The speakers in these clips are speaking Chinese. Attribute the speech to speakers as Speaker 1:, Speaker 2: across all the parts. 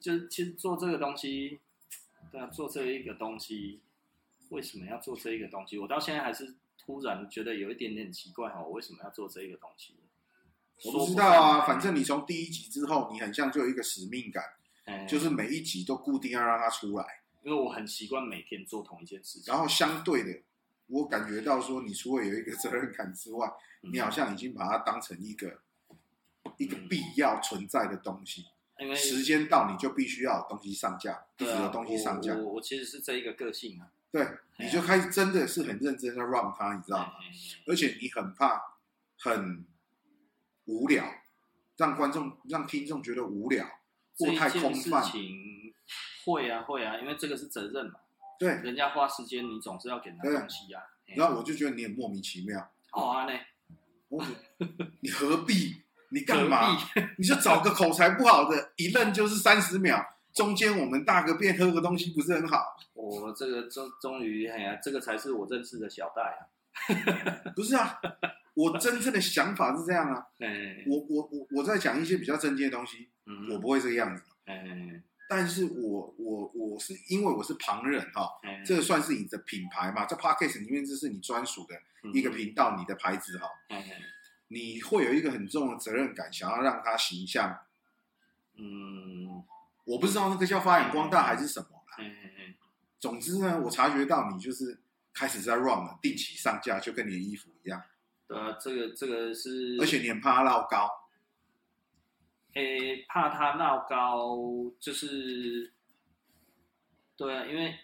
Speaker 1: 就是其实做这个东西，对啊，做这一个东西，为什么要做这一个东西？我到现在还是突然觉得有一点点奇怪哦，我为什么要做这一个东西？
Speaker 2: 我不知道啊，反
Speaker 1: 正、
Speaker 2: 正你从第一集之后，你很像就有一个使命感，
Speaker 1: 哎
Speaker 2: 就是每一集都固定要让它出来。
Speaker 1: 因为我很习惯每天做同一件事情，
Speaker 2: 然后相对的，我感觉到说，你除了有一个责任感之外，
Speaker 1: 嗯
Speaker 2: 你好像已经把它当成一个一个必要存在的东西。
Speaker 1: 因为
Speaker 2: 时间到，你就必须要有东西上架，一
Speaker 1: 嗯
Speaker 2: 直
Speaker 1: 对啊
Speaker 2: 有东西上架
Speaker 1: 我。我我其实是这一个个性啊，
Speaker 2: 对，
Speaker 1: 哎
Speaker 2: 你就开始真的是很认真的 run 它，你知道吗？
Speaker 1: 哎
Speaker 2: 而且你很怕很无聊，让观众让听众觉得无聊
Speaker 1: 这
Speaker 2: 或
Speaker 1: 一
Speaker 2: 太
Speaker 1: 件
Speaker 2: 空
Speaker 1: 事
Speaker 2: 泛。
Speaker 1: 情会啊会啊，因为这个是责任嘛，
Speaker 2: 对，
Speaker 1: 人家花时间，你总是要给人家东西啊。嘿
Speaker 2: 然后我就觉得你很莫名其妙，
Speaker 1: 哦啊呢，
Speaker 2: 我你何必？你干嘛？
Speaker 1: 隔壁？
Speaker 2: 你就找个口才不好的，一愣就是三十秒，中间我们大个便喝个东西不是很好？
Speaker 1: 我这个终终于哎呀，这个才是我认识的小戴啊。
Speaker 2: 不是啊，我真正的想法是这样啊，
Speaker 1: 哎，
Speaker 2: 我我我我在讲一些比较正经的东西，
Speaker 1: 嗯
Speaker 2: 我不会这个样子，
Speaker 1: 哎
Speaker 2: 但是我我我是因为我是旁人哈、
Speaker 1: 哎，
Speaker 2: 这个算是你的品牌嘛，在 podcast 里面这是你专属的一个频道，你的牌子哈、
Speaker 1: 嗯哎
Speaker 2: 你会有一个很重的责任感，想要让它形象，
Speaker 1: 嗯
Speaker 2: 我不知道那个叫发扬光大还是什么啦，
Speaker 1: 哎哎
Speaker 2: 总之呢，我察觉到你就是开始在 run 了，定期上架，就跟你的衣服一样，
Speaker 1: 对啊，这个这个是，
Speaker 2: 而且你很怕它落高，
Speaker 1: 诶，哎怕他闹高，就是对啊，因为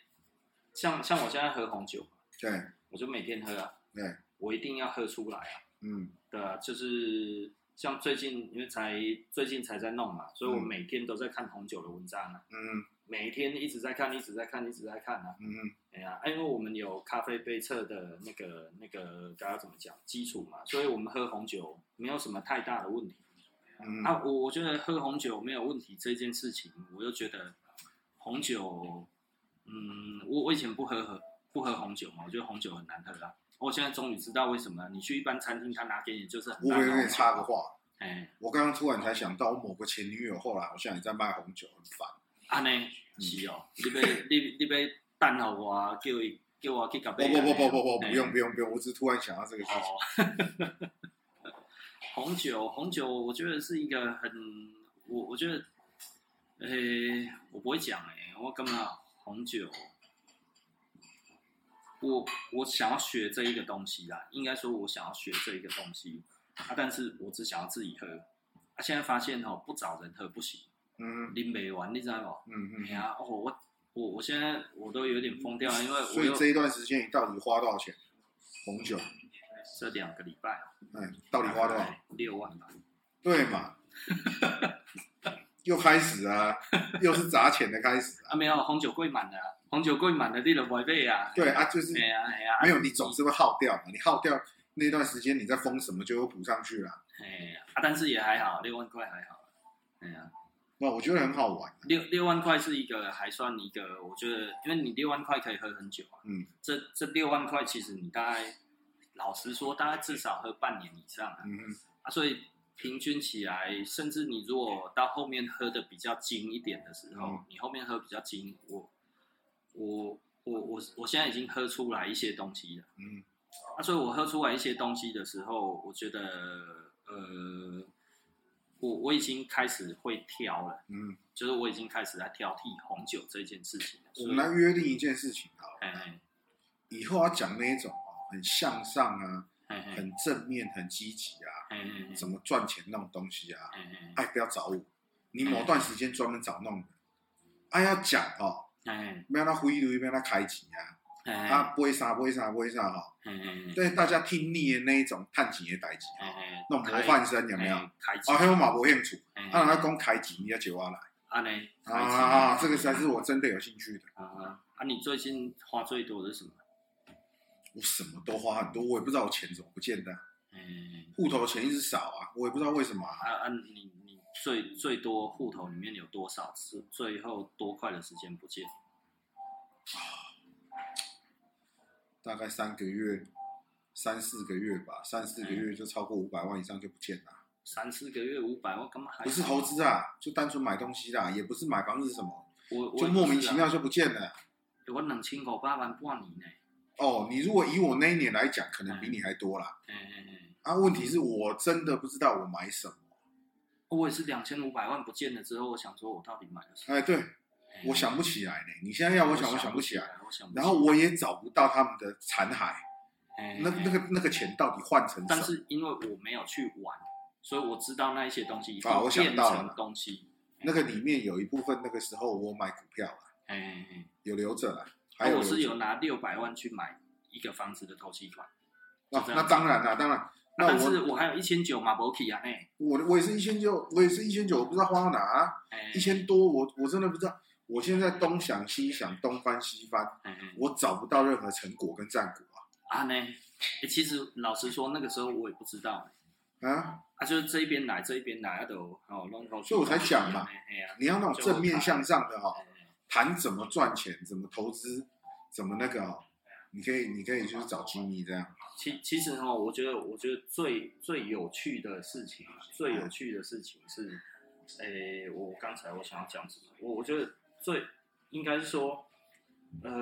Speaker 1: 像像我现在喝红酒，
Speaker 2: 对
Speaker 1: 我就每天喝啊，
Speaker 2: 对，
Speaker 1: 我一定要喝出来啊，
Speaker 2: 嗯
Speaker 1: 对啊，就是像最近因为才最近才在弄嘛，所以我
Speaker 2: 嗯
Speaker 1: 每天都在看红酒的文章啊，
Speaker 2: 嗯
Speaker 1: 每天一直在看，一直在看，一直在看啊，
Speaker 2: 嗯
Speaker 1: 哎呀、啊，因为我们有咖啡杯测的那个那个该要怎么讲基础嘛，所以我们喝红酒没有什么太大的问题。
Speaker 2: 嗯嗯
Speaker 1: 啊，我我觉得喝红酒没有问题这件事情，我又觉得红酒，嗯，我我以前不喝喝不喝红酒嘛，我觉得红酒很难喝啊。我现在终于知道为什么，你去一般餐厅，他拿给你就是很
Speaker 2: 我
Speaker 1: 大
Speaker 2: 可不可以
Speaker 1: 的
Speaker 2: 插个，话？
Speaker 1: 哎，
Speaker 2: 我刚刚突然才想到，我某个前女友后来好像也在卖红酒，很烦。
Speaker 1: 安尼
Speaker 2: 嗯
Speaker 1: 是哦，你要你你要等候我，叫伊叫我去咖
Speaker 2: 不
Speaker 1: 啡。
Speaker 2: 不不不不不，
Speaker 1: 嘿
Speaker 2: 不用不用不用，我只是突然想到这个事情。
Speaker 1: 哦， 红酒，红酒，我觉得是一个很，我我觉得，诶、我不会讲诶、我干嘛红酒？我我想要学这一个东西啦，应该说我想要学这一个东西啊，但是我只想要自己喝。啊，现在发现哦，不找人喝不行，
Speaker 2: 嗯
Speaker 1: 拎没完，你知道吗？
Speaker 2: 嗯
Speaker 1: 哎
Speaker 2: 嗯。
Speaker 1: 呀、哦，我我我现在我都有点疯掉，因为
Speaker 2: 所
Speaker 1: 我
Speaker 2: 以
Speaker 1: 有
Speaker 2: 这一段时间你到底花多少钱？红酒，
Speaker 1: 这两个礼拜，
Speaker 2: 嗯，到底花多少？
Speaker 1: 哎六万吧。
Speaker 2: 对嘛？又开始啊，又是砸钱的开始啊。
Speaker 1: 啊，没有红酒柜满了啊，红酒柜满了，你都不会买啊。
Speaker 2: 对啊，就是
Speaker 1: 哎呀哎呀，
Speaker 2: 没有，你总是会耗掉嘛。你耗掉那段时间，你在封什么就又补上去了。
Speaker 1: 哎啊，但是也还好，六万块还好。哎呀，
Speaker 2: 哇，我觉得很好玩。啊
Speaker 1: 六六万块是一个还算一个，我觉得，因为你六万块可以喝很久啊。
Speaker 2: 嗯
Speaker 1: 这这六万块其实你大概，老实说，大概至少喝半年以上啊。
Speaker 2: 嗯哼
Speaker 1: 啊，所以平均起来，甚至你如果到后面喝的比较精一点的时候，
Speaker 2: 嗯
Speaker 1: 你后面喝比较精，我我我我我现在已经喝出来一些东西了。
Speaker 2: 嗯
Speaker 1: 啊，所以我喝出来一些东西的时候，我觉得，呃，我我已经开始会挑了，
Speaker 2: 嗯，
Speaker 1: 就是我已经开始在挑剔红酒这件事情了。
Speaker 2: 我
Speaker 1: 所
Speaker 2: 们
Speaker 1: 以，
Speaker 2: 来约定一件事情好了，
Speaker 1: 哎
Speaker 2: 以后要讲那一种哦很向上啊，
Speaker 1: 哎哎哎
Speaker 2: 很正面、很积极啊，
Speaker 1: 哎哎
Speaker 2: 怎么赚钱那种东西啊，
Speaker 1: 哎
Speaker 2: 哎，不要找我，你某段时间专门找那种人，哎，要讲哦，
Speaker 1: 哎
Speaker 2: 不要他挥挥，不要他开启啊，
Speaker 1: 哎哎
Speaker 2: 啊，不会杀，不会杀，不会杀哦哈，
Speaker 1: 哎
Speaker 2: 对，大家听腻的那一种探钱的代志啊，
Speaker 1: 哎，
Speaker 2: 那种模范生有没有？
Speaker 1: 哎？开机
Speaker 2: 啊，还有马博兴趣，
Speaker 1: 哎
Speaker 2: 啊，他讲开启，你要叫我来
Speaker 1: 啊呢？
Speaker 2: 啊啊，这个才是我真的有兴趣的。
Speaker 1: 啊啊！你最近花最多的是什么？
Speaker 2: 我什么都花很多，我也不知道我钱怎么不见的，
Speaker 1: 哎
Speaker 2: 户头钱一直少啊，我也不知道为什么啊。
Speaker 1: 啊啊！你你最最多户头里面有多少？是最后多快的时间不见？
Speaker 2: 大
Speaker 1: 嗯
Speaker 2: 概三个月、三四个月吧，三四个月就超过五百万以上就不见了。
Speaker 1: 三四个月五百，我干嘛还
Speaker 2: 不是投资啊，就单纯买东西啦，也不是买房子什么，
Speaker 1: 我我啊
Speaker 2: 就莫名其妙就不见了。
Speaker 1: 欸我冷清口八万半年呢，
Speaker 2: 哦，你如果以我那一年来讲，可能比你还多啦。
Speaker 1: 哎哎哎，
Speaker 2: 啊，问题是我真的不知道我买什么。
Speaker 1: 我也是两千五百万不见了之后，我想说我到底买了什么？
Speaker 2: 哎，对，
Speaker 1: 哎
Speaker 2: 我想不起来呢。你现在要我想，我想不起来。，
Speaker 1: 我想不起来
Speaker 2: 然后我也找不到他们的残骸，
Speaker 1: 哎
Speaker 2: 那
Speaker 1: 哎
Speaker 2: 那个那个钱到底换成什
Speaker 1: 但
Speaker 2: 么？
Speaker 1: 是因为我没有去玩，所以我知道那一些东西
Speaker 2: 啊我想
Speaker 1: 变
Speaker 2: 到了
Speaker 1: 成东西。
Speaker 2: 那个里面有一部分，那个时候我买股票了，
Speaker 1: 哎哎，哎
Speaker 2: 有留着了，还
Speaker 1: 哎
Speaker 2: 有
Speaker 1: 我是
Speaker 2: 留
Speaker 1: 有
Speaker 2: 着
Speaker 1: 拿六百万去买一个房子的头期款，就
Speaker 2: 啊
Speaker 1: 这样啊
Speaker 2: 那当然啦，当然。那
Speaker 1: 但是
Speaker 2: 我
Speaker 1: 我还有一千九嘛，博起啊，哎
Speaker 2: 我我也是一千九，我也是一千九，我不知道花到哪啊、
Speaker 1: 哎，
Speaker 2: 一千多，我我真的不知道。我现在东想西想，东翻西翻，
Speaker 1: 哎哎
Speaker 2: 我找不到任何成果跟战果
Speaker 1: 啊呢，哎其实老实说，那个时候我也不知道，
Speaker 2: 啊！啊，
Speaker 1: 啊，就是这一边来，这一边来，啊都哦弄头期款，
Speaker 2: 所以我才讲嘛
Speaker 1: 哎呀，
Speaker 2: 你要那种正面向上的哦，
Speaker 1: 哎
Speaker 2: 谈怎么赚钱，怎么投资，怎么那个哦，你可以你可以就是找经理这样。
Speaker 1: 其其实哈，我觉得我觉得最最有趣的事情，啊最有趣的事情是，诶、我刚才我想要讲什么？我我觉得最应该是说，呃，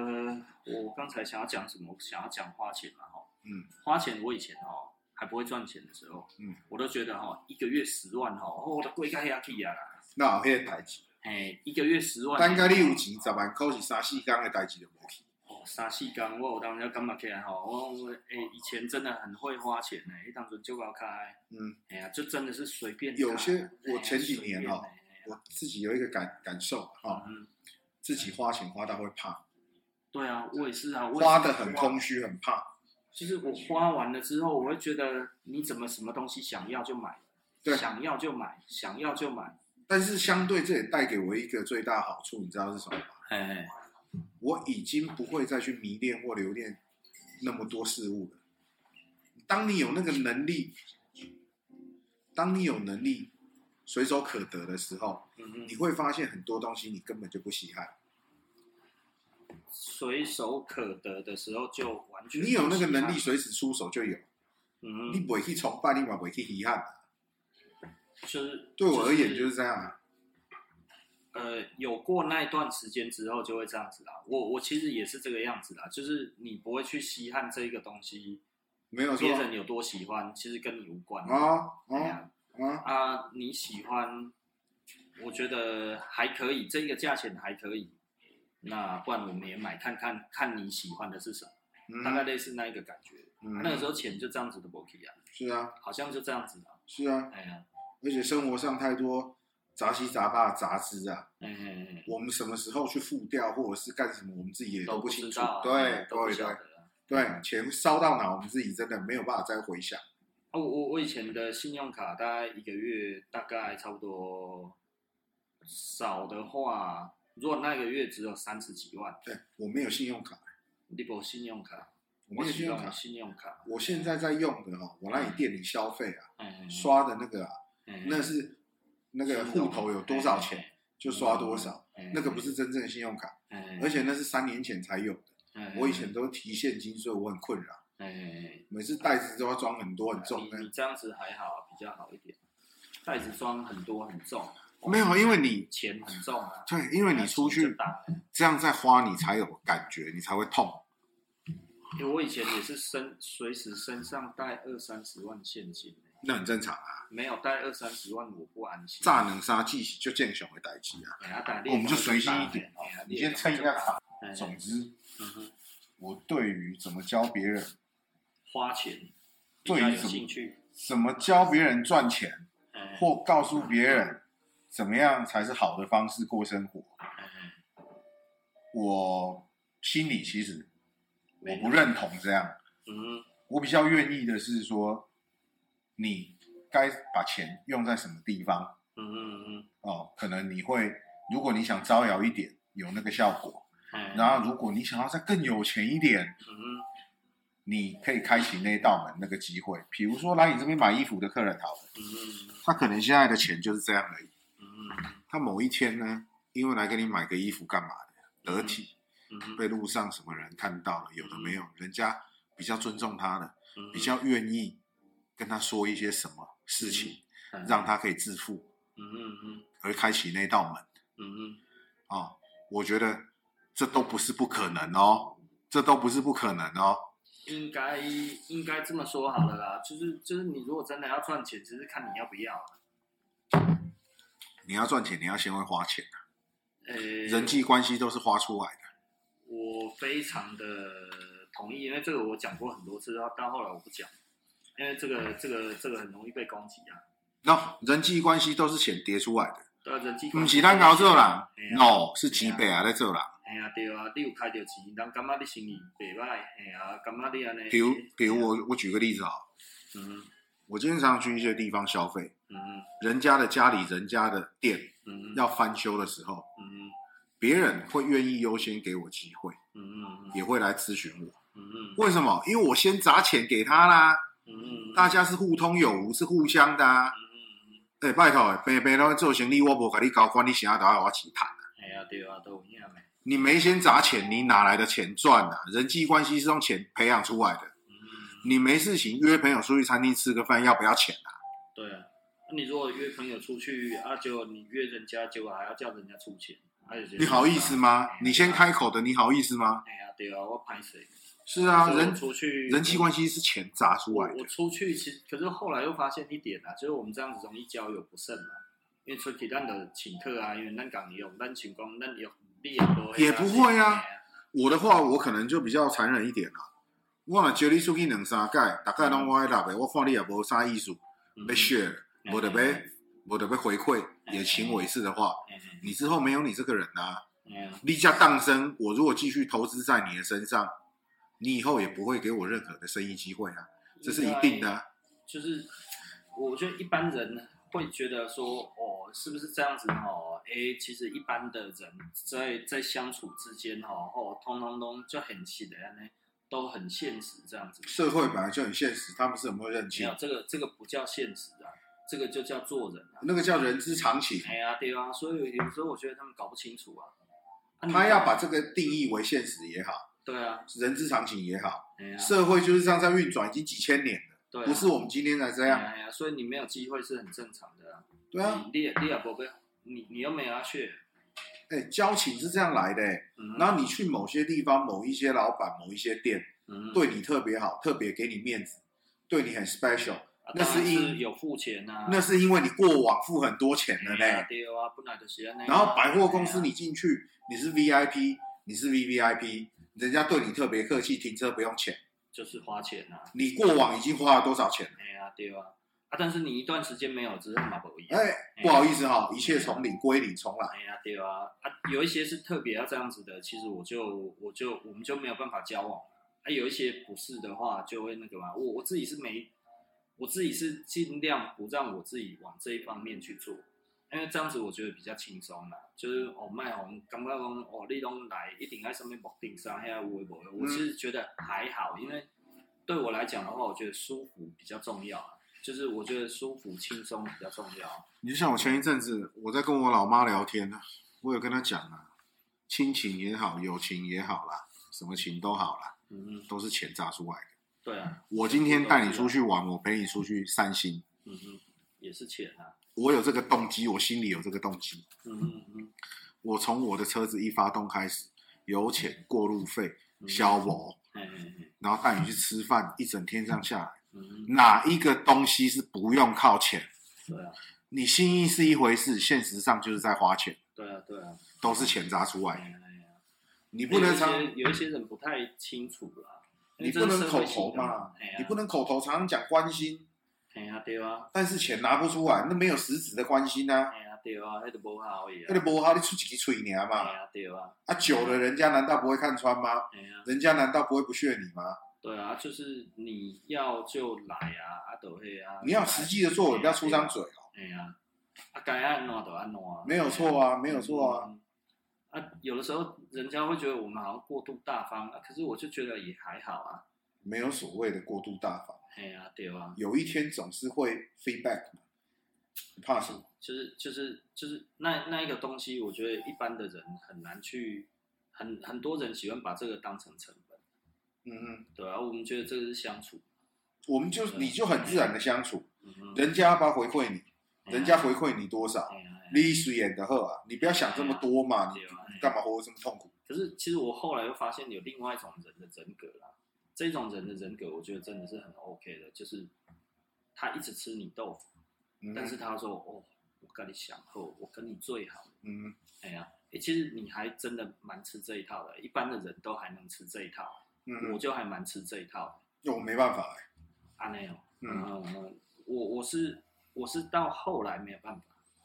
Speaker 1: 我刚才想要讲什么？想要讲花钱嘛哈，
Speaker 2: 嗯，
Speaker 1: 花钱我以前哈还不会赚钱的时候，
Speaker 2: 嗯，
Speaker 1: 我都觉得哈一个月十万哈，哦，我的贵该下去呀啦，
Speaker 2: 那我可以代志，
Speaker 1: 嘿，一个月十万，
Speaker 2: 单家你有钱十万块是三四天的代志就无去。
Speaker 1: 哦，三四天我有当时感觉起来吼，我我诶、以前真的很会花钱呢、迄当时就搞开，
Speaker 2: 嗯，
Speaker 1: 哎呀，就真的是随便
Speaker 2: 有
Speaker 1: 花
Speaker 2: 些
Speaker 1: 哎
Speaker 2: 我
Speaker 1: 呀
Speaker 2: 前几年哦，
Speaker 1: 随
Speaker 2: 我自己有一个感感受哈、
Speaker 1: 便哎呀嗯，
Speaker 2: 自己花钱花到会怕，
Speaker 1: 对啊，我也是啊，我也是
Speaker 2: 花的很，空虚，很怕。
Speaker 1: 就是我花完了之后，我会觉得你怎么什么东西想要就买，
Speaker 2: 对
Speaker 1: 想要就买，想要就买，
Speaker 2: 但是相对这也带给我一个最大好处，你知道是什么吗？
Speaker 1: 嘿嘿，
Speaker 2: 我已经不会再去迷恋或留恋那么多事物了。当你有那个能力，当你有能力随手可得的时候，
Speaker 1: 嗯
Speaker 2: 你
Speaker 1: 嗯，
Speaker 2: 会发现很多东西你根本就不稀罕。
Speaker 1: 随手可得的时候就完全，
Speaker 2: 你有那个能力，随时出手就有，
Speaker 1: 嗯
Speaker 2: 你
Speaker 1: 嗯，
Speaker 2: 不会去崇拜，你也不会去遗憾。
Speaker 1: 就是
Speaker 2: 对我而言就是这样啊。
Speaker 1: 呃，有过那一段时间之后，就会这样子啦。我我其实也是这个样子啦，就是你不会去稀罕这一个东西，
Speaker 2: 没有错
Speaker 1: 别人有多喜欢，其实跟你无关。
Speaker 2: 啊
Speaker 1: 哎
Speaker 2: 啊
Speaker 1: 呀
Speaker 2: 啊！
Speaker 1: 啊，你喜欢，我觉得还可以，这个价钱还可以。那不然我们也买看看，看你喜欢的是什么，
Speaker 2: 嗯
Speaker 1: 大概类似那一个感觉。那个
Speaker 2: 嗯，
Speaker 1: 时候钱就这样子的 b o k 啊，
Speaker 2: 是啊
Speaker 1: 好像就这样子啦。
Speaker 2: 是啊，
Speaker 1: 哎呀，
Speaker 2: 而且生活上太多杂七杂八的杂志啊，
Speaker 1: 哎哎哎，
Speaker 2: 我们什么时候去付掉，或者是干什么，我们自己也
Speaker 1: 都
Speaker 2: 不清
Speaker 1: 知
Speaker 2: 楚。
Speaker 1: 道啊，
Speaker 2: 对
Speaker 1: 都不
Speaker 2: 对
Speaker 1: 晓
Speaker 2: 对
Speaker 1: 得啊。
Speaker 2: 对，钱烧到哪，我们自己真的没有办法再回想。
Speaker 1: 啊，我我我以前的信用卡大概一个月大概差不多，少的话，如果那个月只有三十几万，
Speaker 2: 对我没有信用卡，
Speaker 1: 你不信用卡，
Speaker 2: 我没有信用
Speaker 1: 使用
Speaker 2: 卡。
Speaker 1: 信用卡，
Speaker 2: 我现在在用的哦，我那你店里消费啊，
Speaker 1: 嗯，
Speaker 2: 刷的那个啊，
Speaker 1: 嗯
Speaker 2: 那是那个户头有多少钱，就刷多少，，
Speaker 1: 嗯
Speaker 2: 那个不，是真正的信用卡，
Speaker 1: 嗯
Speaker 2: 而且那是三年前才有的。
Speaker 1: 嗯
Speaker 2: 我以前都提现金，所以我很困扰，
Speaker 1: 嗯，
Speaker 2: 每次袋子都要装很多很重嗯
Speaker 1: 你
Speaker 2: 的。
Speaker 1: 你这样子还好，比较好一点，袋子装很多很重，哦
Speaker 2: 没有，因为你
Speaker 1: 钱很重啊，
Speaker 2: 对，因为你出
Speaker 1: 钱就
Speaker 2: 去
Speaker 1: 大了
Speaker 2: 这样再花，你才有感觉，你才会痛。
Speaker 1: 欸我以前也是身随时身上带二三十万现金、欸
Speaker 2: 那很正常啊，
Speaker 1: 没有带二三十万我不安心。
Speaker 2: 炸能杀技就见熊的代志啊。
Speaker 1: 欸啊打猎
Speaker 2: 我们就随心一点
Speaker 1: 欸啊
Speaker 2: 你先撑一下场。
Speaker 1: 欸
Speaker 2: 总之，
Speaker 1: 嗯哼
Speaker 2: 我对于怎么教别人，
Speaker 1: 花钱比
Speaker 2: 对于
Speaker 1: 较有
Speaker 2: 什么
Speaker 1: 兴趣，
Speaker 2: 怎么教别人赚钱，
Speaker 1: 欸
Speaker 2: 或告诉别人怎么样才是好的方式过生活，
Speaker 1: 欸
Speaker 2: 我心里其实我
Speaker 1: 没
Speaker 2: 不认同这样。
Speaker 1: 嗯
Speaker 2: 我比较愿意的是说，你该把钱用在什么地方
Speaker 1: 嗯嗯
Speaker 2: 哦？可能你会，如果你想招摇一点，有那个效果；
Speaker 1: 嗯，欸
Speaker 2: 然后如果你想要再更有钱一点，
Speaker 1: 嗯
Speaker 2: 你可以开启那道门那个机会。比如说来你这边买衣服的客人好了，
Speaker 1: 嗯
Speaker 2: 他可能现在的钱就是这样而已。
Speaker 1: 嗯
Speaker 2: 他某一天呢，因为来给你买个衣服干嘛的，得体，
Speaker 1: 嗯
Speaker 2: 被路上什么人看到了，有的没有，人家比较尊重他的，
Speaker 1: 嗯
Speaker 2: 比较愿意跟他说一些什么事情，
Speaker 1: 嗯
Speaker 2: 让他可以致富，
Speaker 1: 嗯嗯嗯
Speaker 2: 而开启那道门
Speaker 1: 嗯
Speaker 2: 啊、哦我觉得这都不是不可能哦，这都不是不可能哦。
Speaker 1: 嗯，应该应该这么说好了啦，就是就是你如果真的要赚钱，只是看你要不要啊。
Speaker 2: 你要赚钱，你要先会花钱，
Speaker 1: 呃，
Speaker 2: 人际关系都是花出来的。
Speaker 1: 我非常的同意，因为这个我讲过很多次，到到后来我不讲，因为这个这个这个很容易被攻击啊。
Speaker 2: no, 人际关系都是钱叠出来的，
Speaker 1: 对啊，人际关
Speaker 2: 不
Speaker 1: 系
Speaker 2: 是咱搞这啦
Speaker 1: 嘿啊
Speaker 2: ，no 是几倍啊在这啦。
Speaker 1: 哎呀，对啊，你有开着钱，人感觉你生意袂歹，哎呀，感觉你安尼。
Speaker 2: 比如，比如，我我举个例子啊，
Speaker 1: 嗯
Speaker 2: 我经常去一些地方消费，
Speaker 1: 嗯
Speaker 2: 人家的家里、人家的店
Speaker 1: 嗯，
Speaker 2: 要翻修的时候，
Speaker 1: 嗯
Speaker 2: 别人会愿意优先给我机会，
Speaker 1: 嗯嗯嗯
Speaker 2: 也会来咨询我。
Speaker 1: 嗯
Speaker 2: 为什么？因为我先砸钱给他啦，
Speaker 1: 嗯，
Speaker 2: 大家是互通有无，是互相的啊。
Speaker 1: 嗯，
Speaker 2: 哎、拜托、欸，别别拢做生意，我无甲你搞管你啥都要我起谈。
Speaker 1: 哎呀，对啊，都有影没？
Speaker 2: 你没先砸钱，你哪来的钱赚啊？人际关系是用钱培养出来的。
Speaker 1: 嗯，
Speaker 2: 你没事情约朋友出去餐厅吃个饭，要不要钱啊？
Speaker 1: 对啊。那你如果约朋友出去啊，结果你约人家，结果还要叫人家出钱，啊，有些
Speaker 2: 你好意思吗
Speaker 1: 哎呀？
Speaker 2: 你先开口的，你好意思吗？
Speaker 1: 哎呀，对啊，我拍谁？
Speaker 2: 是啊，
Speaker 1: 所以我
Speaker 2: 人
Speaker 1: 出去
Speaker 2: 人际关系是钱砸出
Speaker 1: 我
Speaker 2: 来
Speaker 1: 我
Speaker 2: 的。
Speaker 1: 出去其实，可是后来又发现一点啊，就是我们这样子容易交友不慎啊。因为出去咱的请客啊，因为咱讲用，咱请功，咱有利很多。
Speaker 2: 也不会啊我的话，我可能就比较残忍一点啦。我若招你出去两三届，大概拢我爱答的，我看你也无啥意思，
Speaker 1: 嗯，
Speaker 2: 要 share，无得要
Speaker 1: 嗯
Speaker 2: 无得要回馈，也情我一次的话，
Speaker 1: 嗯
Speaker 2: 你之后没有你这个人啊。
Speaker 1: 嗯
Speaker 2: 立价当升，我如果继续投资在你的身上，你以后也不会给我任何的生意机会啊，这是一定的啊、
Speaker 1: 就是我觉得一般人会觉得说，哦，是不是这样子哦？诶，其实一般的人在在相处之间哦，哦，通通通就很气的呢，都很现实这样子。
Speaker 2: 社会本来就很现实，他们是很会认
Speaker 1: 没有
Speaker 2: 清，
Speaker 1: 这个这个不叫现实啊，这个就叫做人啊。
Speaker 2: 那个叫人之常情。
Speaker 1: 哎呀，对啊，所以有时候我觉得他们搞不清楚啊。啊你
Speaker 2: 他要把这个定义为现实也好，
Speaker 1: 对啊，
Speaker 2: 人之常情也好，
Speaker 1: 哎呀，
Speaker 2: 社会就是这样在运转，已经几千年了，
Speaker 1: 对啊
Speaker 2: 不是我们今天才这样。
Speaker 1: 哎呀，所以你没有机会是很正常的啊。
Speaker 2: 对啊，
Speaker 1: 你你也你也不被你你又没有要去，
Speaker 2: 哎、交情是这样来的、哎
Speaker 1: 嗯，
Speaker 2: 然后你去某些地方、某一些老板、某一些店，
Speaker 1: 嗯，
Speaker 2: 对你特别好，特别给你面子，对你很 special，
Speaker 1: 啊
Speaker 2: 那
Speaker 1: 当然
Speaker 2: 是
Speaker 1: 是
Speaker 2: 因
Speaker 1: 有付钱呐、啊，
Speaker 2: 那是因为你过往付很多钱了呢、
Speaker 1: 哎呀对啊，本来就是安尼啊
Speaker 2: 然后百货公
Speaker 1: 哎
Speaker 2: 司
Speaker 1: 呀
Speaker 2: 你进去，你是 VIP，你是 VVIP，人家对你特别客气，停车不用钱。
Speaker 1: 就是花钱呐、啊，
Speaker 2: 你过往已经花了多少钱了？
Speaker 1: 哎呀对啊，啊但是你一段时间没有之后嘛不一样，
Speaker 2: 哎，不好意思哈、一切从零归零，重来。
Speaker 1: 哎呀对啊，啊有一些是特别要这样子的，其实我就我就我们就没有办法交往，啊有一些不是的话就会那个嘛，我我自己是没，我自己是尽量不让我自己往这一方面去做。因为这样子我觉得比较轻松啦，就是哦，卖红，感觉讲哦，你拢来一定爱上面目的上遐有诶无的，我其实觉得还好，因为对我来讲的话，我觉得舒服比较重要啊，就是我觉得舒服轻松比较重要啊。
Speaker 2: 你就像我前一阵子我在跟我老妈聊天呢，我有跟她讲啊，亲情也好，友情也好啦，什么情都好啦，
Speaker 1: 嗯哼，
Speaker 2: 都是钱榨出来的。
Speaker 1: 对啊，
Speaker 2: 我今天带你出去玩，我陪你出去散心，
Speaker 1: 嗯哼，也是钱啊，
Speaker 2: 我有这个动机，我心里有这个动机。
Speaker 1: 嗯哼嗯
Speaker 2: 我从我的车子一发动开始，油钱、过路费、
Speaker 1: 嗯
Speaker 2: 消磨，
Speaker 1: 哼，哎哎哎，
Speaker 2: 然后带你去吃饭，一整天这样下来，
Speaker 1: 嗯哼，
Speaker 2: 哪一个东西是不用靠钱？
Speaker 1: 对啊，
Speaker 2: 你心意是一回事，现实上就是在花钱，
Speaker 1: 对啊，对啊，
Speaker 2: 都是钱砸出
Speaker 1: 哎
Speaker 2: 来的。
Speaker 1: 呀哎呀，
Speaker 2: 你不能常，
Speaker 1: 有一些有一些人不太清楚啦，因为
Speaker 2: 你不
Speaker 1: 这
Speaker 2: 能
Speaker 1: 是社
Speaker 2: 口
Speaker 1: 会性
Speaker 2: 头
Speaker 1: 的
Speaker 2: 嘛
Speaker 1: 哎呀，，
Speaker 2: 你不，能口头常常讲关心，
Speaker 1: 哎呀，对啊，
Speaker 2: 但是钱拿不出来，那没有实质的关心啊。
Speaker 1: 哎呀，对啊，那就无效伊
Speaker 2: 那你
Speaker 1: 啊，
Speaker 2: 不好，你出几嘴娘
Speaker 1: 哎
Speaker 2: 嘛？
Speaker 1: 呀，对啊。
Speaker 2: 啊，久了人家难道不会看穿吗？
Speaker 1: 哎呀，
Speaker 2: 人家难道不会不屑你吗？
Speaker 1: 对啊，就是你要就来啊，啊就会啊。
Speaker 2: 你要实际的做，我不要出张嘴哦。
Speaker 1: 哎呀，啊该按怎就按怎啊。
Speaker 2: 没有错啊，没有错啊。
Speaker 1: 嗯。啊，有的时候人家会觉得我们好像过度大方，啊、可是我就觉得也还好啊。
Speaker 2: 没有所谓的过度大方，
Speaker 1: 哎呀，对啊，
Speaker 2: 有一天总是会 feedback 嘛。你怕什么？
Speaker 1: 就是就是就是那那一个东西，我觉得一般的人很难去，很很多人喜欢把这个当成成本，
Speaker 2: 嗯嗯，
Speaker 1: 对啊，我们觉得这个是相处。
Speaker 2: 我们就你就很自然的相处，
Speaker 1: 嗯嗯哼，嗯
Speaker 2: 人家要不要回馈你，人家回馈你多少，
Speaker 1: 哎呀，哎呀
Speaker 2: 你水演的好啊，你不要想这么多嘛，
Speaker 1: 对啊哎
Speaker 2: 你
Speaker 1: 呀
Speaker 2: 干嘛活得这么痛苦？
Speaker 1: 可是其实我后来又发现有另外一种人的人格啦，这种人的人格我觉得真的是很 OK 的，就是他一直吃你豆腐，
Speaker 2: 嗯
Speaker 1: 但是他说哦，我跟你想后，我跟你最好，
Speaker 2: 嗯，
Speaker 1: 哎呀、诶其实你还真的蛮吃这一套的，一般的人都还能吃这一套，
Speaker 2: 嗯
Speaker 1: 我就还蛮吃这一套的。
Speaker 2: 我没办法哎，
Speaker 1: 啊，没有，
Speaker 2: 嗯
Speaker 1: 嗯嗯嗯，我我是我是到后来没有办法，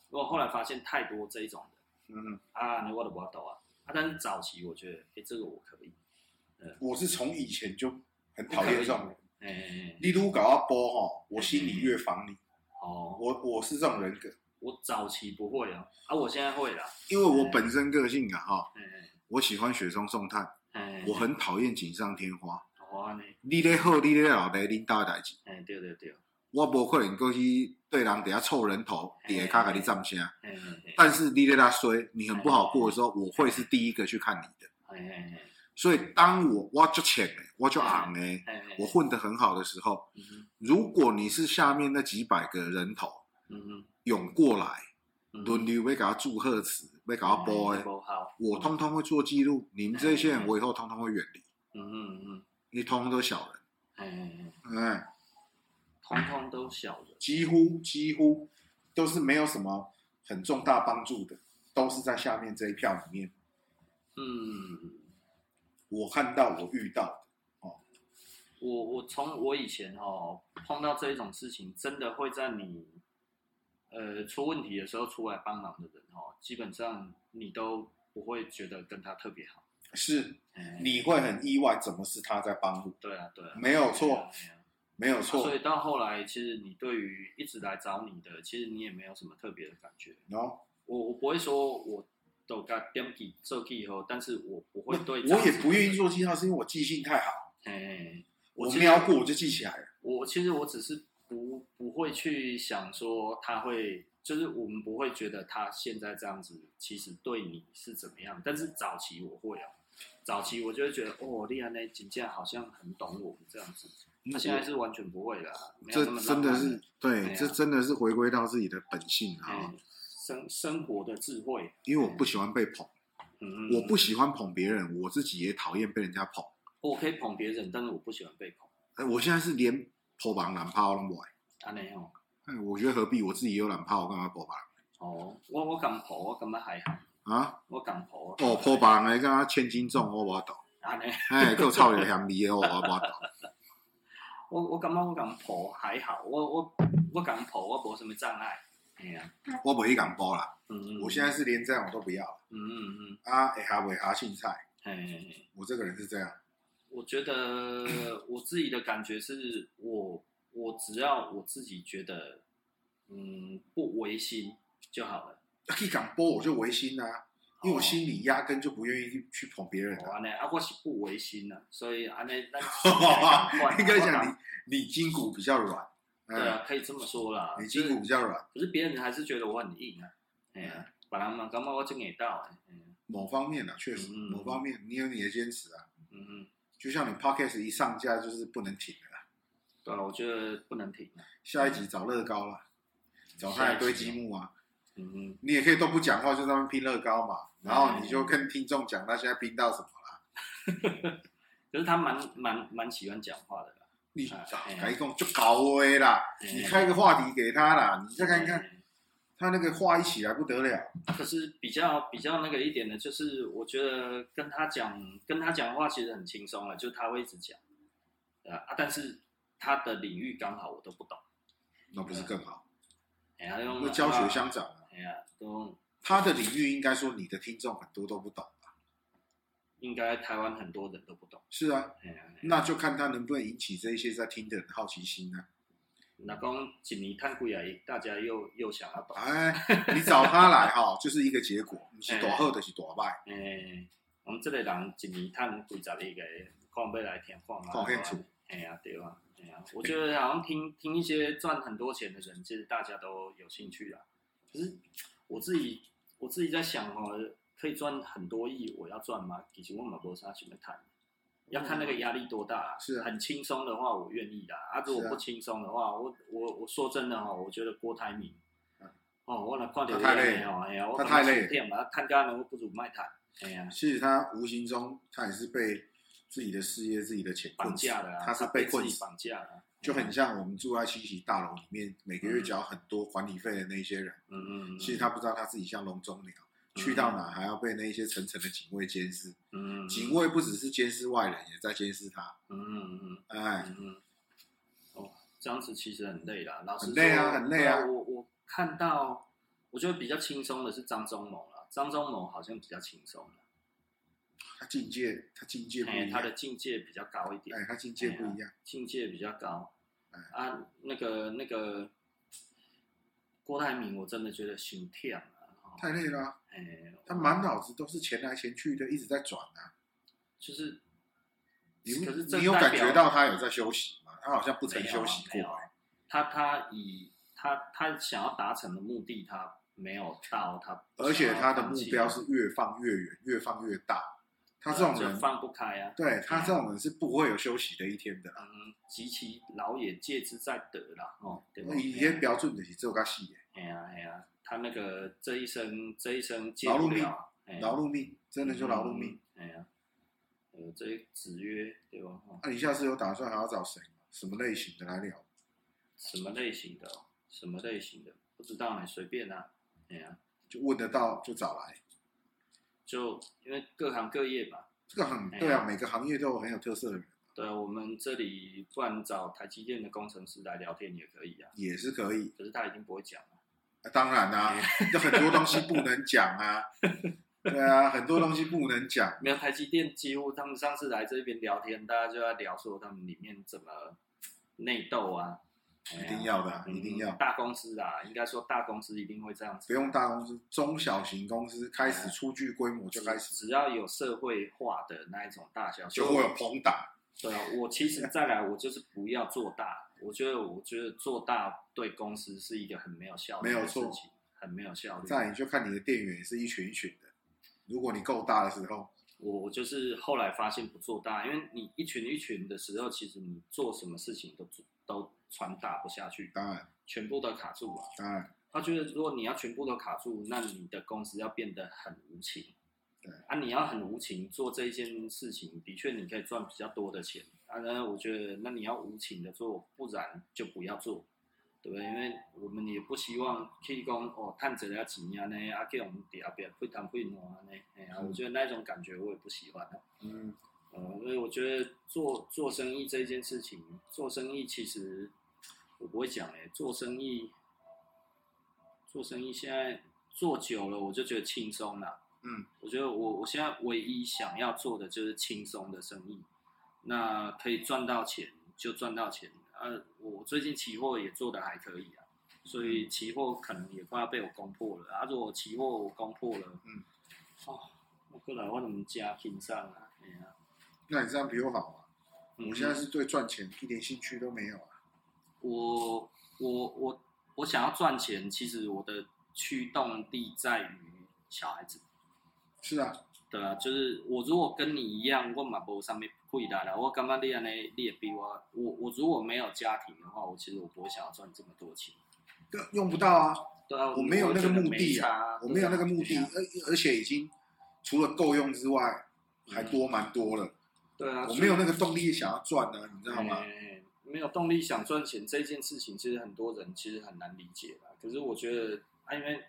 Speaker 1: 我后来发现太多这一种人
Speaker 2: 嗯，
Speaker 1: 啊，你我的我抖啊，啊，但是早期我觉得，哎、这个我可以，
Speaker 2: 我是从以前就很讨厌这种人，
Speaker 1: 哎、哎哎
Speaker 2: 你如果搞到波哈，我心里越防你，
Speaker 1: 哦，
Speaker 2: 我我是这种人格，
Speaker 1: 我早期不会啊，啊，我现在会了，
Speaker 2: 因为
Speaker 1: 嗯
Speaker 2: 我本身个性啊哈，
Speaker 1: 哎、哎
Speaker 2: 我喜欢雪中送炭，
Speaker 1: 哎，
Speaker 2: 我很讨厌锦上添花。
Speaker 1: 我呢，
Speaker 2: 你咧好，你咧老咧领导代志，
Speaker 1: 哎、对对对，
Speaker 2: 我无可能过去对人底下凑人头，
Speaker 1: 嗯
Speaker 2: 底下卡给你站声。
Speaker 1: 哎哎
Speaker 2: 但是你在那衰，你很不好过的时候，我会是第一个去看你的。
Speaker 1: 哎哎
Speaker 2: 所以当我我就浅哎，我就昂哎，
Speaker 1: 哎哎，
Speaker 2: 我混得很好的时候，
Speaker 1: 嗯哼，
Speaker 2: 如果你是下面那几百个人头
Speaker 1: 嗯哼
Speaker 2: 涌过来，
Speaker 1: 嗯哼，
Speaker 2: 轮流被给他祝贺词，被给他播哎，
Speaker 1: 不好，
Speaker 2: 我通通会做记录。你们这些人，我以后通通会远离，
Speaker 1: 嗯嗯嗯，
Speaker 2: 你通通都是小人。
Speaker 1: 哎、哎哎
Speaker 2: 哎，
Speaker 1: 通通都小人，
Speaker 2: 几乎几乎都是没有什么很重大帮助的，都是在下面这一票里面，
Speaker 1: 嗯。
Speaker 2: 我看到我遇到的。
Speaker 1: 我我从我以前哦碰到这一种事情，真的会在你呃出问题的时候出来帮忙的人哦，基本上你都不会觉得跟他特别好。
Speaker 2: 是
Speaker 1: 哎
Speaker 2: 你会很意外，怎么是他在帮我？
Speaker 1: 对啊对啊，
Speaker 2: 没有错
Speaker 1: 对啊对啊
Speaker 2: 没有
Speaker 1: 所
Speaker 2: 错
Speaker 1: 以，到后来，其实你对于一直来找你的，其实你也没有什么特别的感觉。
Speaker 2: 然后
Speaker 1: 我我不会说我都该点给做记后，但是我不会对这样
Speaker 2: 我也
Speaker 1: 子
Speaker 2: 不
Speaker 1: 的
Speaker 2: 愿意
Speaker 1: 人。
Speaker 2: 做记号，是因为我记性太好，
Speaker 1: 哎，
Speaker 2: 我
Speaker 1: 其实
Speaker 2: 瞄过我就记起来了。
Speaker 1: 我其实我只是不不会去想说他会，就是我们不会觉得他现在这样子其实对你是怎么样，但是早期我会啊，早期我就会觉得哦，莉安呢，金价好像很懂我们这样子，那现在是完全不会了啊，没有
Speaker 2: 这
Speaker 1: 那么浪
Speaker 2: 真的
Speaker 1: 漫
Speaker 2: 是
Speaker 1: 了，哎
Speaker 2: 对，
Speaker 1: 呀
Speaker 2: 这真的是回归到自己的本性啊
Speaker 1: 哎，，生生活的智慧，
Speaker 2: 因为我不喜欢被捧，
Speaker 1: 嗯，
Speaker 2: 我不喜欢捧别人，我自己也讨厌被人家捧。
Speaker 1: 我可以捧别人，但是我不喜欢被捧，
Speaker 2: 哎，我现在是连捧榜懒怕我都不爱。
Speaker 1: 啊那样
Speaker 2: 哎，我觉得何必我自己也有懒怕，我干嘛捧榜？
Speaker 1: 哦，我我敢捧，我感觉还好，
Speaker 2: 啊，
Speaker 1: 我敢捧，我
Speaker 2: 哦，破榜诶，敢若千斤重，我无倒，
Speaker 1: 啊那样。
Speaker 2: 哎，够臭流嫌味的，我我无倒，
Speaker 1: 我我感觉我敢抱还好，我我我敢抱，我无什么障碍。哎呀、
Speaker 2: 我袂去共包啦。
Speaker 1: 嗯嗯，
Speaker 2: 我现在是连这样我都不要了
Speaker 1: 嗯嗯嗯，
Speaker 2: 啊，会下袂下凊彩，
Speaker 1: 哎、嘿
Speaker 2: 我这个人是这样，
Speaker 1: 我觉得我自己的感觉是我我只要我自己觉得嗯不违心就好了。
Speaker 2: 啊去共包我就违心啊，因为我
Speaker 1: 哦
Speaker 2: 心里压根就不愿意去去捧别人
Speaker 1: 哦
Speaker 2: 啊。
Speaker 1: 安尼啊，我是不违心的，所以安尼 那
Speaker 2: 应该讲你你筋骨比较软，
Speaker 1: 对
Speaker 2: 嗯，
Speaker 1: 啊，可以这么说啦。
Speaker 2: 你
Speaker 1: 就
Speaker 2: 筋
Speaker 1: 是
Speaker 2: 骨比较软，
Speaker 1: 可是别人还是觉得我很硬啊。哎呀、
Speaker 2: 嗯
Speaker 1: 别人嘛感觉我真硬到的。嗯
Speaker 2: 某方面啊，确实
Speaker 1: 嗯
Speaker 2: 某方面你有你的坚持啊，
Speaker 1: 嗯嗯，
Speaker 2: 就像你 podcast 一上架就是不能停的啦，
Speaker 1: 对了，我觉得不能停啊。
Speaker 2: 下一集找乐高啦，找他来堆积木啊。
Speaker 1: 嗯嗯。
Speaker 2: 你也可以都不讲话，就在那边拼乐高嘛，然后你就跟听众讲他现在拼到什么啦。
Speaker 1: 可是他蛮蛮蛮喜欢讲话的啦。
Speaker 2: 你
Speaker 1: 啊
Speaker 2: 改讲就搞威啦，
Speaker 1: 嗯
Speaker 2: 你开个话题给他啦，你再看看
Speaker 1: 嗯
Speaker 2: 他那个话一起来不得了。
Speaker 1: 啊可是比较比较那个一点的，就是我觉得跟他讲跟他讲话其实很轻松了，啊就他会一直讲，对啊，啊但是他的领域刚好我都不懂，
Speaker 2: 那不是更好？
Speaker 1: 哎呀，用
Speaker 2: 那教学，相长啊。
Speaker 1: 哎呀，都
Speaker 2: 他的领域应该说你的听众很多都不懂吧？
Speaker 1: 应该台湾很多人都不懂，
Speaker 2: 是啊，
Speaker 1: 哎呀，
Speaker 2: 那就看他能不能引起这一些在听的人好奇心啊。
Speaker 1: 那讲一年看贵啊，大家又又想要懂，
Speaker 2: 哎，你找他来哈，就是一个结果，你是多好的是多败，
Speaker 1: 哎，我们这个人一年探几十亿个，看要来听看嘛。
Speaker 2: 看兴趣
Speaker 1: 哎呀，对吧？哎呀，我觉得好像听听一些赚很多钱的人，其实大家都有兴趣啦。可是我自己我自己在想哦，可以赚很多亿，我要赚吗？其实我马博莎想要谈，要看那个压力多大啦。
Speaker 2: 是啊
Speaker 1: 很轻松的话，我愿意啦。啊，如
Speaker 2: 是
Speaker 1: 果
Speaker 2: 啊
Speaker 1: 不轻松的话，我我我说真的哦，我觉得郭台铭
Speaker 2: 嗯。
Speaker 1: 哦，我若看到
Speaker 2: 他太累
Speaker 1: 哦，哎呀，我
Speaker 2: 他太累
Speaker 1: 骗嘛，看家人我不如卖他，哎呀，
Speaker 2: 其实他无形中他也是被自己的事业、自己的钱
Speaker 1: 绑
Speaker 2: 困死
Speaker 1: 架了啊，
Speaker 2: 他是
Speaker 1: 被自
Speaker 2: 困
Speaker 1: 己
Speaker 2: 死，
Speaker 1: 绑架了啊，
Speaker 2: 就很像我们住在七喜大楼里面，每个月缴很多管理费的那些人，
Speaker 1: 嗯，嗯嗯，
Speaker 2: 其实他不知道他自己像笼中鸟，
Speaker 1: 嗯
Speaker 2: 去到哪还要被那些层层的警卫监视，
Speaker 1: 嗯，嗯
Speaker 2: 警，卫不只是监视外人，也在监视他，
Speaker 1: 嗯嗯嗯。
Speaker 2: 哎，
Speaker 1: 嗯嗯，哦，这样子其实很累啦，老师
Speaker 2: 很累啊很累啊
Speaker 1: 我我看到，我觉得比较轻松的是张忠谋啦，张忠谋好像比较轻松，
Speaker 2: 他境界他境界不
Speaker 1: 哎，
Speaker 2: 一
Speaker 1: 他
Speaker 2: 样
Speaker 1: 的，境界比较高一点，
Speaker 2: 哎，他境界不一样，
Speaker 1: 境界比较高
Speaker 2: 哎。
Speaker 1: 啊，那个那个郭台铭，我真的觉得心跳啊，哦
Speaker 2: 太累了啊，
Speaker 1: 哎，
Speaker 2: 他满脑子都是钱来钱去的，一直在转啊，
Speaker 1: 就是，
Speaker 2: 你
Speaker 1: 可是这
Speaker 2: 你有
Speaker 1: 代
Speaker 2: 感
Speaker 1: 表
Speaker 2: 觉到他有在休息吗？他好像不曾
Speaker 1: 没有
Speaker 2: 休
Speaker 1: 啊
Speaker 2: 息
Speaker 1: 没
Speaker 2: 过
Speaker 1: 有
Speaker 2: 啊
Speaker 1: 啊。他他以他他想要达成的目的，他没有到他，
Speaker 2: 而且他的目标
Speaker 1: 是。
Speaker 2: 是越放越远，越放越大。他这种
Speaker 1: 就
Speaker 2: 人，
Speaker 1: 放不开啊，
Speaker 2: 对他这种人是不会有休息的一天的啦。
Speaker 1: 嗯，及其老也戒之在得啦，哦，对吧？
Speaker 2: 以前标准的是做个戏，
Speaker 1: 哎呀哎呀，他那个这一生这一生戒
Speaker 2: 劳
Speaker 1: 不
Speaker 2: 碌命
Speaker 1: 了，哎
Speaker 2: 劳碌命，真的就劳碌命。，
Speaker 1: 嗯哎呀，呃，这子曰对吧？哦
Speaker 2: 啊那、你下次有打算还要找谁吗？什么类型的来聊？
Speaker 1: 什么类型的哦？什么类型的？不知道呢，随便啊，哎呀，
Speaker 2: 就问得到就找来，
Speaker 1: 就因为各行各业吧，
Speaker 2: 这个很
Speaker 1: 哎呀
Speaker 2: 对啊，每个行业都有很有特色的人，
Speaker 1: 对，啊我们这里不然找台积电的工程师来聊天也可以啊，
Speaker 2: 也是可以。
Speaker 1: 可是他已经不会讲了，
Speaker 2: 啊当然啦、
Speaker 1: 哎
Speaker 2: 有很多东西不能 讲啊。对啊，很多东西不能讲，
Speaker 1: 没有台积电，几乎他们上次来这边聊天，大家就在聊说他们里面怎么内斗啊，哎呀
Speaker 2: 一定要的啊、
Speaker 1: 嗯
Speaker 2: 一定要。
Speaker 1: 大公司啊，应该说大公司一定会这样子，啊
Speaker 2: 不用大公司，中小型公司开始初具规模就开始
Speaker 1: 只要有社会化的那一种大小，
Speaker 2: 就会有朋党。
Speaker 1: 对啊，我其实再来，我就是不要做大，我觉得我觉得做大对公司是一个很没有效率
Speaker 2: 没有
Speaker 1: 的
Speaker 2: 错
Speaker 1: 事情，很没有效率。
Speaker 2: 再你就看你的店员也是一群一群的，如果你够大的时候，
Speaker 1: 我我就是后来发现不做大，因为你一群一群的时候，其实你做什么事情都都传达不下去，
Speaker 2: 当然
Speaker 1: 全部都卡住了。
Speaker 2: 当然
Speaker 1: 他觉得如果你要全部都卡住，那你的公司要变得很无情。
Speaker 2: 对
Speaker 1: 啊，你要很无情做这一件事情，的确你可以赚比较多的钱啊。那我觉得，那你要无情的做，不然就不要做，对不对？因为我们也不希望去讲哦，赚这了钱啊呢，啊给我们底下边会谈会挪啊呢，哎呀、
Speaker 2: 嗯
Speaker 1: 我觉得那种感觉我也不喜欢啊。
Speaker 2: 嗯，
Speaker 1: 呃，所以我觉得做做生意这件事情，做生意其实我不会讲哎、做生意，做生意现在做久了，我就觉得轻松了。
Speaker 2: 嗯，
Speaker 1: 我觉得我我现在唯一想要做的就是轻松的生意，那可以赚到钱就赚到钱。呃，我最近期货也做的还可以啊，所
Speaker 2: 嗯
Speaker 1: 以期货可能也快要被我攻破了啊。如果期货我攻破了，
Speaker 2: 嗯，
Speaker 1: 哦，我过来我怎么加拼上啊？哎呀、
Speaker 2: 那你这样比我好啊！
Speaker 1: 嗯
Speaker 2: 我现在是对赚钱一点兴趣都没有啊。
Speaker 1: 我我我我想要赚钱，其实我的驱动力在于小孩子，
Speaker 2: 是啊，
Speaker 1: 对啊，就是我如果跟你一样，我马博上面亏来了，我干嘛你安尼你也比我，我我如果没有家庭的话，我其实我不会想要赚这么多钱，
Speaker 2: 这用不到啊，
Speaker 1: 对啊，
Speaker 2: 我没有那个目的
Speaker 1: 啊
Speaker 2: 我没有那个目的，而而且已经除了够用之外，还多蛮多了。
Speaker 1: 对嗯啊，
Speaker 2: 我没有那个动力想要赚呢、你
Speaker 1: 所
Speaker 2: 知
Speaker 1: 以
Speaker 2: 道吗？
Speaker 1: 哎没有动力想赚钱这件事情，其实很多人其实很难理解啦。可是我觉得，啊，因为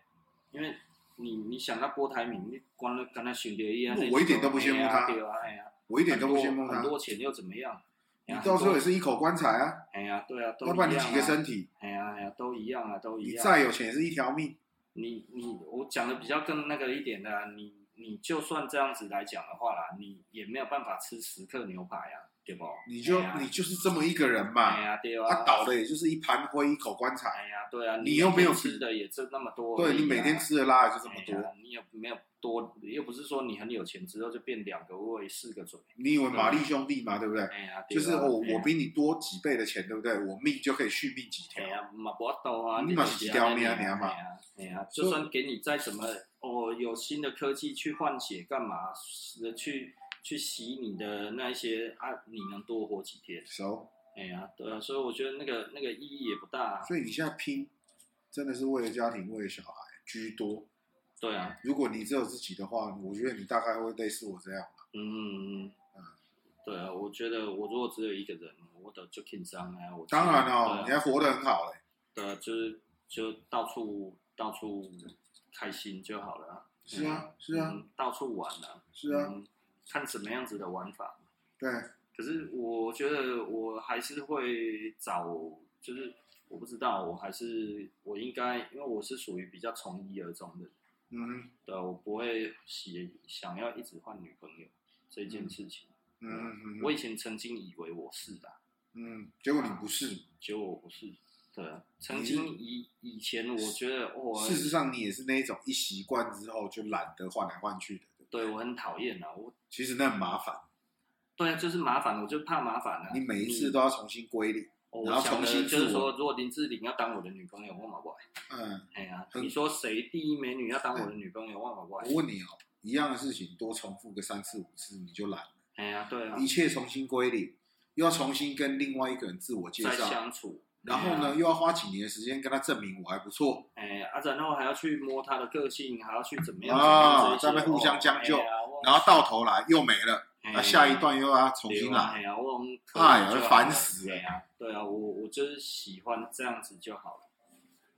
Speaker 1: 因为你你想到郭台铭，你光了跟他选择一样，
Speaker 2: 那我一点都不羡慕他
Speaker 1: 哎呀对啊，哎呀，
Speaker 2: 我一
Speaker 1: 一
Speaker 2: 点都不羡慕
Speaker 1: 很
Speaker 2: 他。
Speaker 1: 多钱又怎么样？
Speaker 2: 你
Speaker 1: 哎呀
Speaker 2: 到时候也，是一口棺材啊，
Speaker 1: 哎呀，对啊，都
Speaker 2: 要不然
Speaker 1: 一
Speaker 2: 你
Speaker 1: 样
Speaker 2: 几个
Speaker 1: 啊？
Speaker 2: 身体？
Speaker 1: 哎呀哎呀，都一样啊，都一
Speaker 2: 你
Speaker 1: 样。
Speaker 2: 再有钱也是一条命。
Speaker 1: 你你我讲的比较更那个一点的啊、你你就算这样子来讲的话啦，你也没有办法吃十克牛排啊，对不？
Speaker 2: 你就
Speaker 1: 哎呀
Speaker 2: 你就是这么一个人嘛
Speaker 1: 哎，呀，对啊，
Speaker 2: 他倒的也就是一盘灰一口棺材，
Speaker 1: 哎呀，对啊，
Speaker 2: 你又没有
Speaker 1: 每天吃的也就那么多而已啊、
Speaker 2: 对你每天吃的拉也就这么
Speaker 1: 哎呀
Speaker 2: 多，
Speaker 1: 你也没有多，又不是说你很有钱之后就变两个胃四个嘴，
Speaker 2: 你以为玛丽兄弟嘛，对不对？
Speaker 1: 哎啊呀，对
Speaker 2: 就
Speaker 1: 啊
Speaker 2: 是我
Speaker 1: 哎呀
Speaker 2: 我比你多几倍的钱，对不对？我命就可以续命几条
Speaker 1: 哎，呀，嘛无度啊，
Speaker 2: 你
Speaker 1: 你
Speaker 2: 嘛
Speaker 1: 就是
Speaker 2: 一
Speaker 1: 是
Speaker 2: 条
Speaker 1: 安尼
Speaker 2: 命
Speaker 1: 啊
Speaker 2: 尔嘛
Speaker 1: 哎呀，哎呀，就算给你再怎么哦，有新的科技去换血干嘛？呃去去洗你的那一些啊，你能多活几天？
Speaker 2: 熟。
Speaker 1: 哎呀，对啊，所以我觉得那个那个意义也不大啊、
Speaker 2: 所以你现在拼，真的是为了家庭、为了小孩居多。
Speaker 1: 对啊，
Speaker 2: 如果你只有自己的话，我觉得你大概会类似我这样吧。
Speaker 1: 嗯嗯嗯，对啊，我觉得我如果只有一个人，我的就紧张啊，我
Speaker 2: 当然哦，你
Speaker 1: 对啊
Speaker 2: 还活得很好嘞。
Speaker 1: 对啊，就是就到处到处开心就好了啊，
Speaker 2: 是啊，是啊，
Speaker 1: 嗯，到处玩啊，
Speaker 2: 是啊，
Speaker 1: 嗯，看什么样子的玩法。
Speaker 2: 对，嗯
Speaker 1: 可是我觉得我还是会找，就是我不知道，我还是我应该，因为我是属于比较从一而终的人，
Speaker 2: 嗯
Speaker 1: 对啊，我不会喜想要一直换女朋友这件事情。
Speaker 2: 嗯嗯
Speaker 1: 我
Speaker 2: 嗯
Speaker 1: 以前曾经以为我是的，啊
Speaker 2: 嗯，结果你不是，
Speaker 1: 结果我不是。对啊，曾经以以前我觉得哦我
Speaker 2: 事实上你也是那一种一习惯之后就懒得换来换去的，
Speaker 1: 对我很讨厌啊，我
Speaker 2: 其实那很麻烦，
Speaker 1: 对啊，就是麻烦，我就怕麻烦啊。
Speaker 2: 你每一次都要重新归零。
Speaker 1: 哦
Speaker 2: 然后
Speaker 1: 我想
Speaker 2: 重
Speaker 1: 的
Speaker 2: 新
Speaker 1: 就
Speaker 2: 自
Speaker 1: 是
Speaker 2: 我
Speaker 1: 说，如果林志玲要当我的女朋友，我嘛不爱。
Speaker 2: 嗯，
Speaker 1: 哎呀，
Speaker 2: 很
Speaker 1: 你说谁第一美女要当我的女朋友，万万不爱
Speaker 2: 我。问你哦，一样的事情多重复个三次五次你就懒了，
Speaker 1: 哎呀，对啊，
Speaker 2: 一切重新归零，又要重新跟另外一个人自我介
Speaker 1: 再
Speaker 2: 绍，
Speaker 1: 相处，
Speaker 2: 然后呢
Speaker 1: 哎呀？
Speaker 2: 又要花几年的时间跟他证明我还不错。
Speaker 1: 哎啊，然后还要去摸她的个性，还要去怎么样？
Speaker 2: 啊
Speaker 1: 怎么
Speaker 2: 在
Speaker 1: 样
Speaker 2: 那
Speaker 1: 这一些
Speaker 2: 边互相将就
Speaker 1: 哦哎呀我
Speaker 2: 然后到头来又没了，
Speaker 1: 哎呀
Speaker 2: 那下一段又要重新
Speaker 1: 对啊
Speaker 2: 来。
Speaker 1: 哎呀，我很可
Speaker 2: 哎
Speaker 1: 怜就
Speaker 2: 呀，
Speaker 1: 好
Speaker 2: 烦死
Speaker 1: 哎
Speaker 2: 了！
Speaker 1: 呀，对啊，我我就是喜欢这样子就好了。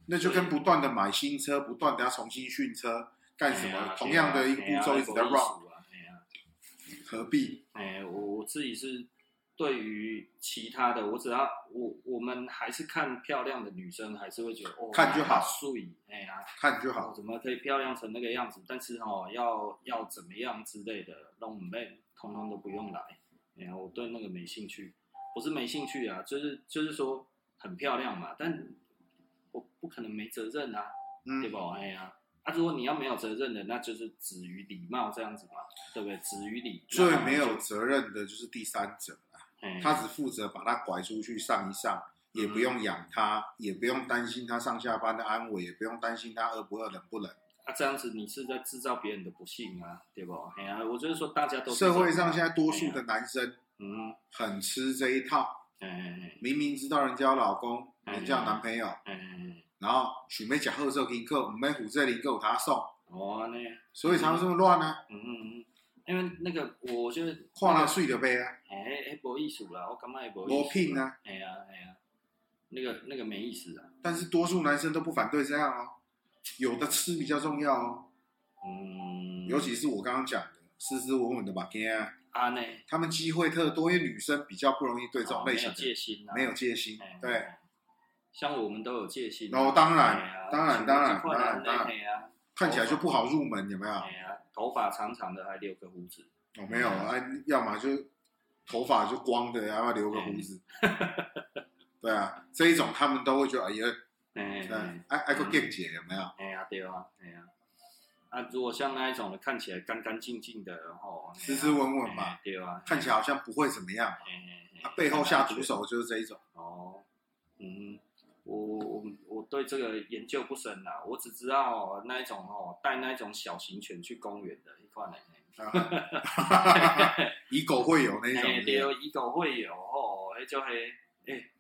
Speaker 2: 那就跟不断的买新车，不断的要重新训车，干什
Speaker 1: 哎呀
Speaker 2: 么？同样的一个步骤一直
Speaker 1: 对
Speaker 2: 在。
Speaker 1: 啊
Speaker 2: run，
Speaker 1: 哎呀
Speaker 2: 何必？
Speaker 1: 哎，我我自己是对于其他的，我只要我我们还是看漂亮的女生，还是会觉得哦，
Speaker 2: 看就好
Speaker 1: 她睡，哎呀，
Speaker 2: 看就
Speaker 1: 哦
Speaker 2: 好。
Speaker 1: 怎么可以漂亮成那个样子？但是哦，要要怎么样之类的，让我们妹通通都不用来。哎呀，我对那个没兴趣，不是没兴趣啊，就是就是说很漂亮嘛，但我不可能没责任啊，对
Speaker 2: 嗯，
Speaker 1: 吧？哎呀。啊，如果你要没有责任的，那就是止于礼貌这样子嘛，对不对？止于礼，
Speaker 2: 最
Speaker 1: 那
Speaker 2: 没有
Speaker 1: 就
Speaker 2: 责任的就是第三者啦，
Speaker 1: 哎
Speaker 2: 他只负责把他拐出去上一上，也
Speaker 1: 嗯
Speaker 2: 不用养他，也不用担心他上下班的安危，也不用担心他饿不饿、冷不冷。
Speaker 1: 啊，这样子你是在制造别人的不幸啊，对不？哎呀、我就是说大家都是
Speaker 2: 社会上
Speaker 1: 这
Speaker 2: 现
Speaker 1: 样，哎
Speaker 2: 在多数的男生
Speaker 1: 嗯，
Speaker 2: 很吃这一套，
Speaker 1: 哎
Speaker 2: 明明知道人家有老公，
Speaker 1: 嗯
Speaker 2: 人家有男朋友。
Speaker 1: 哎哎，
Speaker 2: 然后想要食好做功课，毋免负责任有他送，
Speaker 1: 哦呢，
Speaker 2: 所以才会这么乱啊！
Speaker 1: 嗯嗯嗯，因为那个我就是
Speaker 2: 看人水就买啊，
Speaker 1: 哎哎无意思啦，我感觉也无意
Speaker 2: 无
Speaker 1: 思，
Speaker 2: 品啊！
Speaker 1: 哎呀哎呀，那个那个没意思啊，
Speaker 2: 但是多数男生都不反对这样哦，有的吃比较重要哦，
Speaker 1: 嗯，
Speaker 2: 尤其是我刚刚讲的斯斯文文的吧，啊，
Speaker 1: 啊呢，
Speaker 2: 他们机会特多，因为女生比较不容易对这种类型
Speaker 1: 哦
Speaker 2: 的
Speaker 1: 没有戒心啊，
Speaker 2: 没有戒心
Speaker 1: 哎，，
Speaker 2: 对，
Speaker 1: 哎像我们都有戒心、啊，
Speaker 2: 哦当然
Speaker 1: 哎呀
Speaker 2: 当然当然
Speaker 1: 这款人
Speaker 2: 当然当然啊
Speaker 1: 哎呀
Speaker 2: 看起来就不好入门，有没有？
Speaker 1: 哎呀，头发长长的还留个胡子。
Speaker 2: 有没有啊？要么就头发就光的，要么留个胡子，
Speaker 1: 嗯
Speaker 2: 对啊，这一种他们都会觉得哎呀，
Speaker 1: 哎
Speaker 2: 对啊，爱爱个 g a 姐有没有？
Speaker 1: 哎呀，对啊，哎呀，啊，如果像那一种的，看起来干干净净的，然后
Speaker 2: 斯斯文文嘛，
Speaker 1: 哎对啊，
Speaker 2: 看起来好像不会怎么样，
Speaker 1: 哎哎哎
Speaker 2: 他背后下毒手就是这一种。
Speaker 1: 哦，嗯，我我我对这个研究不深啦，我只知道哦那一种哦，带那一种小型犬去公园的一款人，
Speaker 2: 啊以狗会友那一
Speaker 1: 哎，
Speaker 2: 种，
Speaker 1: 对，以狗会友哦，哎就嘿，哎，